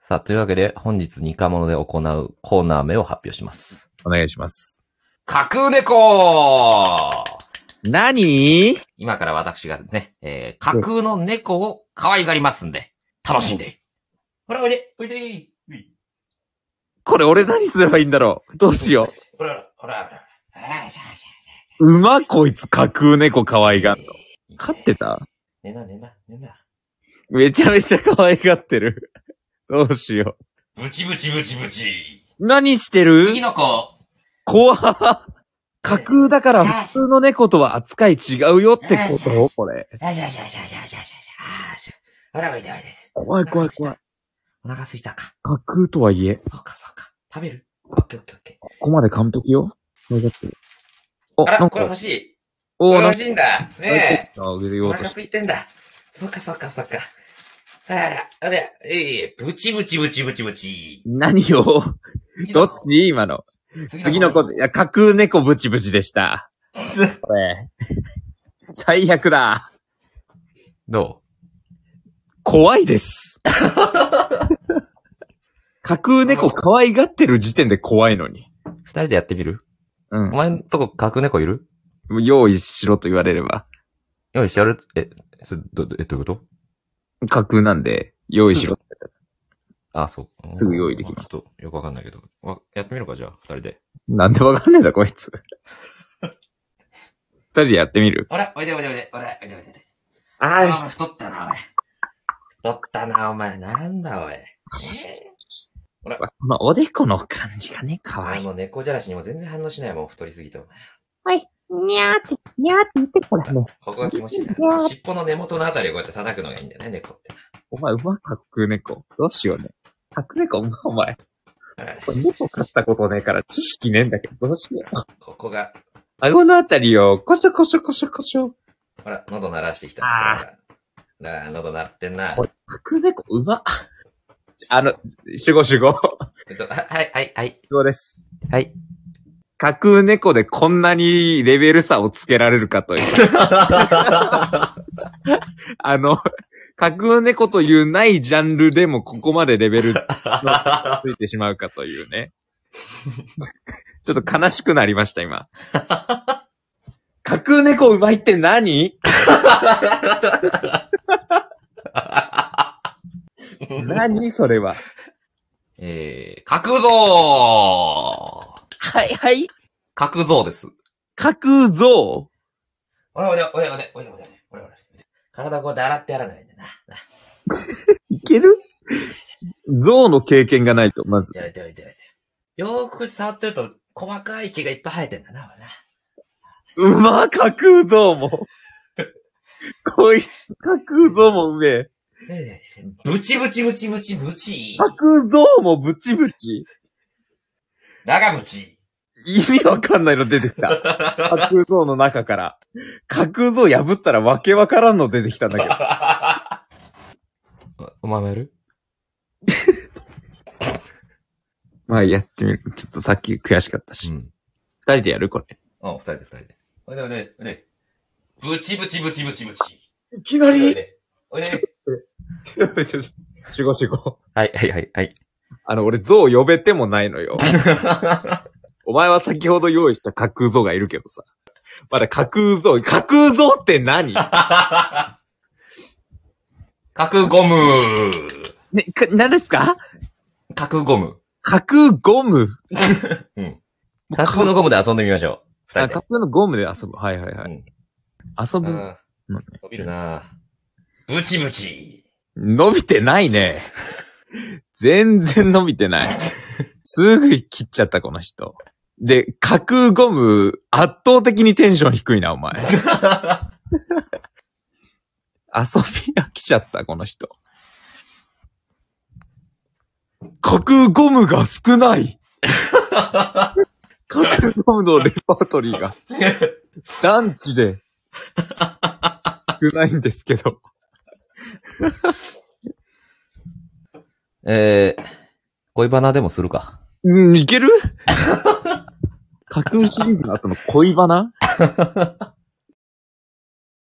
さあ、というわけで、本日2課物で行うコーナー名を発表します。お願いします。架空猫何今から私がですね、えー、架空の猫を可愛がりますんで、楽しんで。ほら、おいで、おいでういこれ俺何すればいいんだろうどうしよほら、ほら、ほら。ああ、じゃあ、じう。うまこいつ架空猫可愛がゃあんの。。いいね飼ってた寝な、寝な、寝な。めちゃめちゃ可愛がってる。どうしよブチブチブチブチ。う。何してる次の子。怖っ架空だから普通の猫とは扱い違うよってことこれ。あじゃあ、じゃあ、じゃあ、じゃあ、じゃあ、じゃあ、あじゃあ。ほら、おいで、おいで。怖い怖い怖い。お腹すいたか。架空とはいえ、そうか、そうか。食べるオッケーオッケーオッケここまで完璧よ。可愛がってるお、ー。あなら、んこれ欲か、しい。おこれなん欲か、しいんだ。ねえ。あげよおうと腹し空いてんだ。そっかそっかそっか。あらあら、あら、ええブチブチブチブチブチ。何をどっち今の。次の子、いや、架空猫ブチブチでした。これ。最悪だ。ど怖いです。架空猫可愛がってる時点で怖いのに。う二人でやってみるうお前んとこ架空猫いるん。用意しろと言われれば。よし、やる、え、す、ど、どえ、どういうこと架空なんで、用意しろ。あ、そう。。すぐ用意できますちょっと、よくわかんないけど。わやってみるか、じゃあ、二人で。なんでわかんねえんだ、こいつ。二人でやってみるほら、おいでおいでおいで、ほら、おいでおいでおいで。ああ、太ったな、おい。太ったな、お前。なんだ、おい。このおでこの感じがね、可あ愛い。もう猫じゃらしにも全然反応しないもん、太りすぎて。お前にゃーって、にゃーって言ってこれね。ここが気持ちいいな。尻尾の根元のあたりをこうやって叩くのがいいんだよね、猫って。お前、うま架空猫。どうしようね。架空猫、うまお前。あらあら猫飼ったことねえから知識ねえんだけど、どうしよう。ここが、顎のあたりを、こしょこしょこしょこしょ。ほら、喉鳴らしてきた。あほらなあ、喉鳴ってんな。これ、架空猫、うま。あの、集合集合。 えっと、あはい、はい、はい、集合です。はい。架空猫でこんなにレベル差をつけられるか という。あの、架空猫というないジャンルでもここまでレベルがついてしまうかという ね。ちょっと悲しくなりました、今。架空猫うまいって何 何それは。えー、角像はい、はい。角像です。架空像おれおれおれおれおれおれおれおれおれ。体こうやって洗ってやらないんだな。な。いける像の経験がないと、まず。やれてやれてやれて。よーく触ってると、細かい毛がいっぱい生えてんだな、おいな。うま、架空像も。こいつ、架空像もうめえ。ねえねえブチブチブチブチブチ。架空像もブチブチ。長ブチ。意味わかんないの出てきた。架空像の中から。架空像破ったらわけわからんの出てきたんだけど。お前もやるまあやってみる。ちょっとさっき悔しかったし。ん。二人でやるこれ。あ、二人で二人で。おいでおいで、おいで。ブチブチブチブチブチ。いきなおいりで。おいで。集合集合。はいはいはいはい。あの、俺像呼べてもないのよ。 お前は先ほど用意した架空像がいるけどさ。まだ架空像、架空像って何ね、角ゴム。か何ですか角ゴム。架空ゴム。うん。架空のゴムで遊んでみましょう。二あ、人架空のゴムで遊ぶ。はいはいはい。うん遊で。ぶ。あー伸びるなブチブチ。伸びてないね。全然伸びてない。すぐ切っちゃった、この人。で、架空ゴム、圧倒的にテンション低いな、お前。遊び飽きちゃった、この人。架空ゴムが少ない架空ゴムのレパートリーが、団地で、少ないんですけど。えー、恋バナでもするか。うん、いける架空シリーズの後の恋バナ